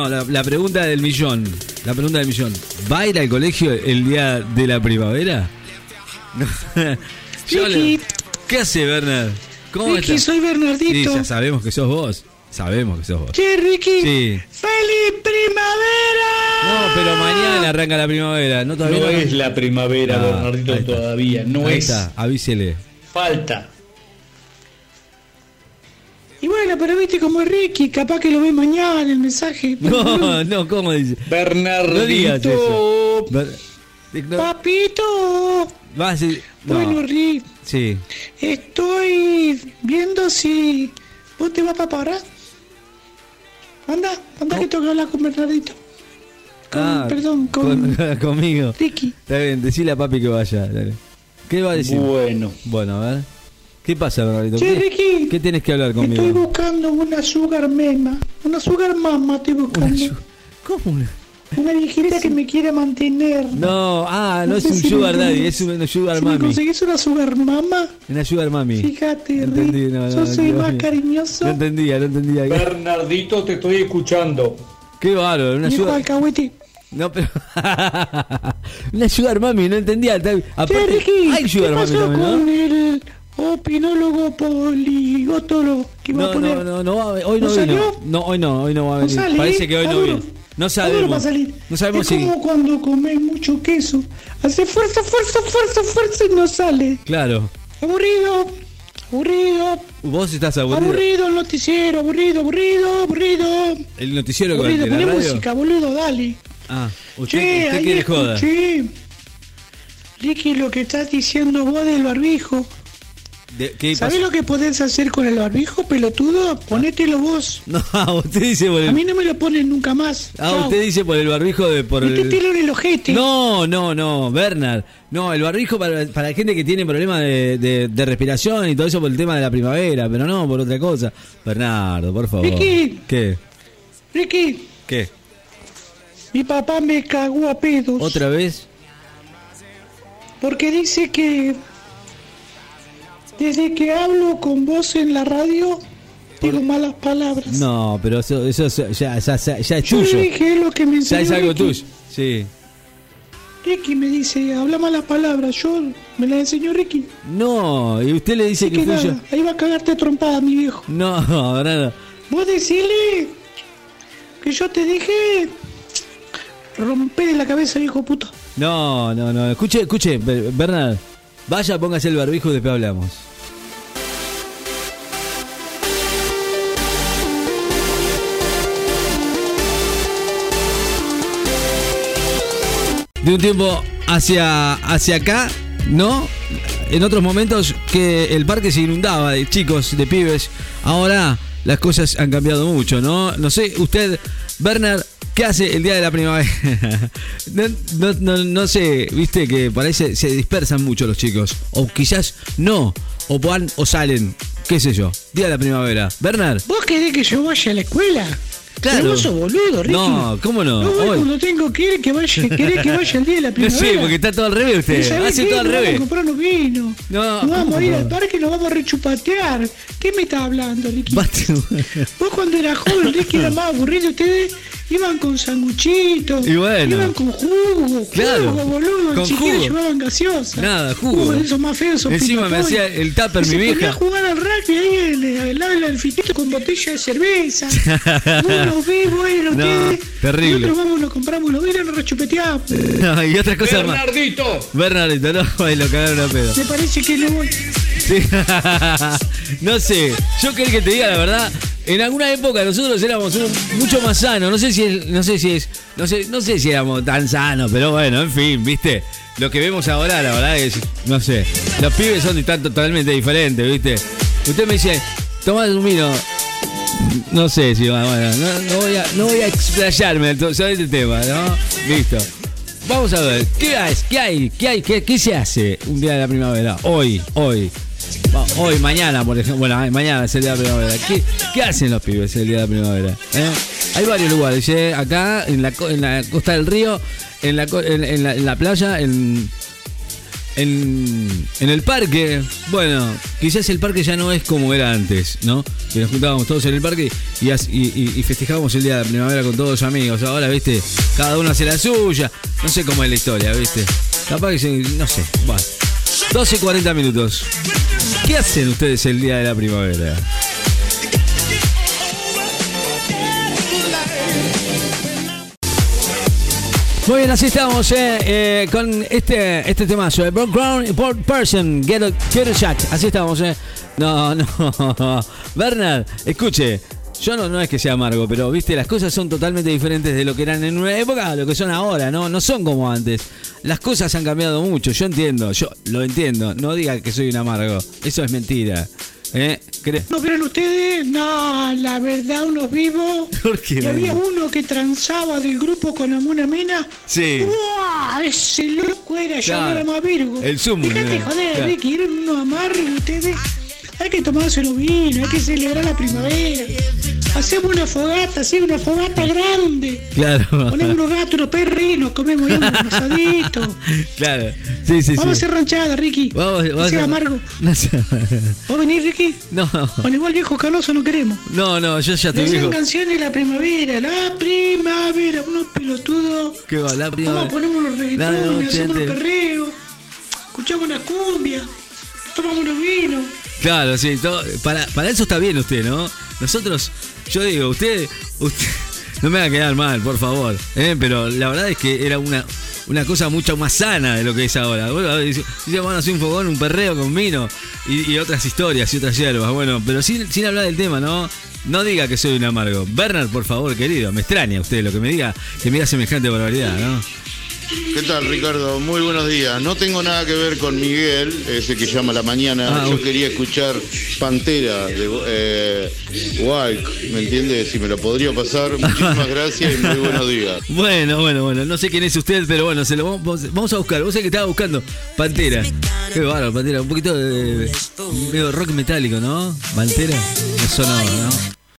No, la, la pregunta del millón. La pregunta del millón. ¿Va a ir al colegio el día de la primavera? Yo le- Vicky. ¿Qué hace Bernard? ¿Cómo Ricky, estás? soy Sí, Bernardito. ya sabemos que sos vos. Sabemos que sos vos. che, Ricky. Sí. ¡Feliz primavera! No, pero mañana arranca la primavera. No, todavía No no, es la primavera, Ah, ahí Bernardito, está. todavía. No Ahí es. está, avísele. Falta. Y bueno, pero viste como es Ricky, capaz que lo ve mañana en el mensaje. No, no, ¿cómo dice? Bernardito. No digas eso. Ber- no, Papito. va a ser- no, Bueno, Ricky, sí. estoy viendo si vos te vas para parar. Anda, anda que tengo que hablar con Bernardito. Con- perdón, con- Ah, conmigo. Ricky. Está bien, decile a papi que vaya. dale. ¿Qué va a decir? Bueno. Bueno, a ver. ¿Qué pasa, Bernardito? Che, ¿Qué, Ricky. qué tenés que hablar conmigo? Estoy buscando una sugar mema. Una sugar mama estoy Una buscando. su- ¿Cómo una? Una viejita que me quiere mantener. No, ah, no, No es sé un si sugar me daddy, entendés. es un sugar Si me mami. conseguís una sugar mama, Una sugar mami. fíjate, Entendí, Rick, no, no, yo soy Dios más mío. cariñoso. No entendía, no entendía. Bernardito, te estoy escuchando. Qué bárbaro, una Viejo sugar... alcahuete. No, pero... una sugar mami, no entendía. tal- Che, Aparte, Ricky, hay ¿qué sugar mami pasó también, con ¿no? el opinólogo poligotólogo que va a No, poner? no, no, no, va a- hoy no, vino. ¿No salió? No, hoy no, hoy no va a No venir. sale, Parece que hoy está no duro. viene. No Está duro para sabemos. salir. No sabemos es si. como cuando comes mucho queso. Hace fuerza, fuerza, fuerza, fuerza y no sale. Claro. Aburrido, aburrido, Vos estás aburrido. aburrido el noticiero, aburrido, aburrido, aburrido. El noticiero que va Aburrido, de la poné radio. música, boludo, dale. Ah, usted, Che, usted ahí quiere joda. escuché. Ricky, lo que estás diciendo vos del barbijo. De- ¿Qué ¿Sabés pasó? lo que podés hacer con el barbijo, pelotudo? Ponételo vos. No, usted dice por A el. mí no me lo ponen nunca más. Ah, Chau. usted dice por el barbijo de por el. Metetelo en el ojete. No, no, no, Bernard. No, el barbijo para, para la gente que tiene problemas de, de- de respiración y todo eso por el tema de la primavera, pero no por otra cosa. Bernardo, por favor. Vicky. ¿Qué? Ricky, ¿Qué? mi papá me cagó a pedos. ¿Otra vez? Porque dice que desde que hablo con vos en la radio, digo malas palabras. No, pero eso, eso es- ya, ya- ya- ya es Yo le tuyo. dije lo que me enseñó Ya es algo Ricky. tuyo. Sí. Ricky me dice, habla malas palabras. Yo me las enseñó Ricky. No, y usted le dice Así que que fui yo. nada, ahí va a cagarte a trompada, mi viejo. No, Bernardo. Vos decirle que yo te dije romperle la cabeza, viejo puto. No, no, no. Escuche, escuche, Ber- Bernard. Vaya, póngase el barbijo y después hablamos. De un tiempo hacia, hacia acá, ¿no? En otros momentos que el parque se inundaba de chicos, de pibes. Ahora las cosas han cambiado mucho, ¿no? No sé, usted, Bernard, ¿qué hace el día de la primavera? No, no, no- no sé, viste que parece se dispersan mucho los chicos. O quizás no, o van o salen, qué sé yo. Día de la primavera. Bernard. ¿Vos querés que yo vaya a la escuela? Claro. Pero vos sos boludo, Ricky. No, ¿cómo no? No, vos Hoy. cuando tengo que ir, que vaya, querés que vaya el día de la No primavera. sé, porque está todo al revés ¿Y usted. sabés Hace qué? todo al Nos Vamos a revés. comprar unos vinos. No. Nos vamos a ir al parque y nos vamos a rechupatear. ¿Qué me estás hablando, Ricky? Basta. Vos cuando eras joven, Ricky, era más aburrido. Ustedes iban con sanguchitos. Y bueno. Iban con jugo. Claro, Jugo, boludo. con Ni siquiera jugo. llevaban gaseosa. Nada, jugo. Jugo, eso más feo. esos Encima me picapollos. hacía el tupper, Y mi se ponía vieja. a jugar al rugby ahí en el- al lado del alfitito con botella de cerveza. Uno ve, No, bueno, ustedes. terrible. Y otros vamos, nos compramos los vinos, nos rechupeteamos. No, y otra cosa más. Bernardito. Bernardito, no, y lo cagaron a pedo. Me parece que no voy. Sí. no sé, yo quería que te diga la verdad. En alguna época nosotros éramos un- mucho más sanos. No sé si es, no sé si es, no sé, no sé si éramos tan sanos, pero bueno, en fin, viste. Lo que vemos ahora, la verdad es, no sé. Los pibes son están totalmente diferentes, viste. Usted me dice, tomás un vino. No sé si va, bueno, no, no voy, a, no voy a explayarme en to- sobre este tema, ¿no? Listo. Vamos a ver, ¿qué hay? ¿Qué hay? ¿Qué hay? ¿Qué, qué se hace un día de la primavera? Hoy, hoy. Va, Hoy, mañana, por ejemplo. Bueno, ay, mañana es el día de la primavera. ¿Qué, qué hacen los pibes el día de la primavera? eh? Hay varios lugares, ¿eh? Acá, en la, co- en la costa del río, en la, co- en- en la- en la playa, en, en, en el parque, bueno, quizás el parque ya no es como era antes, ¿no? Que nos juntábamos todos en el parque y, as- y- y- y festejábamos el día de la primavera con todos los amigos. Ahora, viste, cada uno hace la suya. No sé cómo es la historia, viste. Capaz que, se- no sé, bueno. 12 40 minutos. ¿Qué hacen ustedes el día de la primavera? Muy bien, así estamos eh, eh, con este, este temazo. eh, Brown Important Person, get a, get a shot. Así estamos. Eh. No, no. Bernard, escuche. Yo no, no es que sea amargo, pero viste, las cosas son totalmente diferentes de lo que eran en una época a lo que son ahora, ¿no? No son como antes. Las cosas han cambiado mucho, yo entiendo, yo lo entiendo. No diga que soy un amargo, eso es mentira. ¿Eh? Cre- ¿No creen ustedes? No, la verdad, unos vivos. ¿Por qué, Y había Bernard? uno que transaba del grupo con alguna mina. Sí. ¡Buah! Ese loco era, yo Claro. no era más Virgo. El sumo, Fíjate, ¿no? joder, Claro. Ricky, eran unos amarres ustedes. Hay que tomárselo vino, hay que celebrar la primavera. Hacemos una fogata, hacemos una fogata grande. Claro. Ponemos unos gatos, unos perrinos, comemos ya unos asaditos. claro. Sí, sí, sí. Vamos a hacer ranchada, Ricky. Vamos, No vamos seas a- amargo. No sea- ¿Vos venís, Ricky? No, Con igual viejo canoso no queremos. no, no, yo ya te digo. Decían canciones la primavera, la primavera, unos pelotudos. Que va, la Vamos primavera. a poner unos La reggaetones, noche hacemos unos antes. perreos, escuchamos una cumbia, tomamos unos vinos. Claro, sí, todo- para, para eso está bien usted, ¿no? Nosotros, yo digo, usted, usted no me va a quedar mal, por favor. ¿eh? Pero la verdad es que era una, una cosa mucho más sana de lo que es ahora. Bueno, a ver, dice, dice, bueno, hacer un fogón, un perreo con vino y, y otras historias y otras hierbas. Bueno, pero sin, sin hablar del tema, ¿no? No diga que soy un amargo. Bernard, por favor, querido, me extraña usted lo que me diga, que me diga semejante barbaridad, ¿no? ¿Qué tal, Ricardo? Muy buenos días. No tengo nada que ver con Miguel, ese que llama a la mañana. Ah, Yo ok. quería escuchar Pantera de eh, Walk, ¿me entiendes? Si me lo podría pasar. Muchísimas gracias y muy buenos días. Bueno, bueno, bueno. No sé quién es usted, pero bueno, se lo vamos, vamos a buscar. Vos sabés que estaba buscando Pantera. Qué bárbaro, Pantera. Un poquito de, medio rock metálico, ¿no? Pantera. No sonaba, ¿no?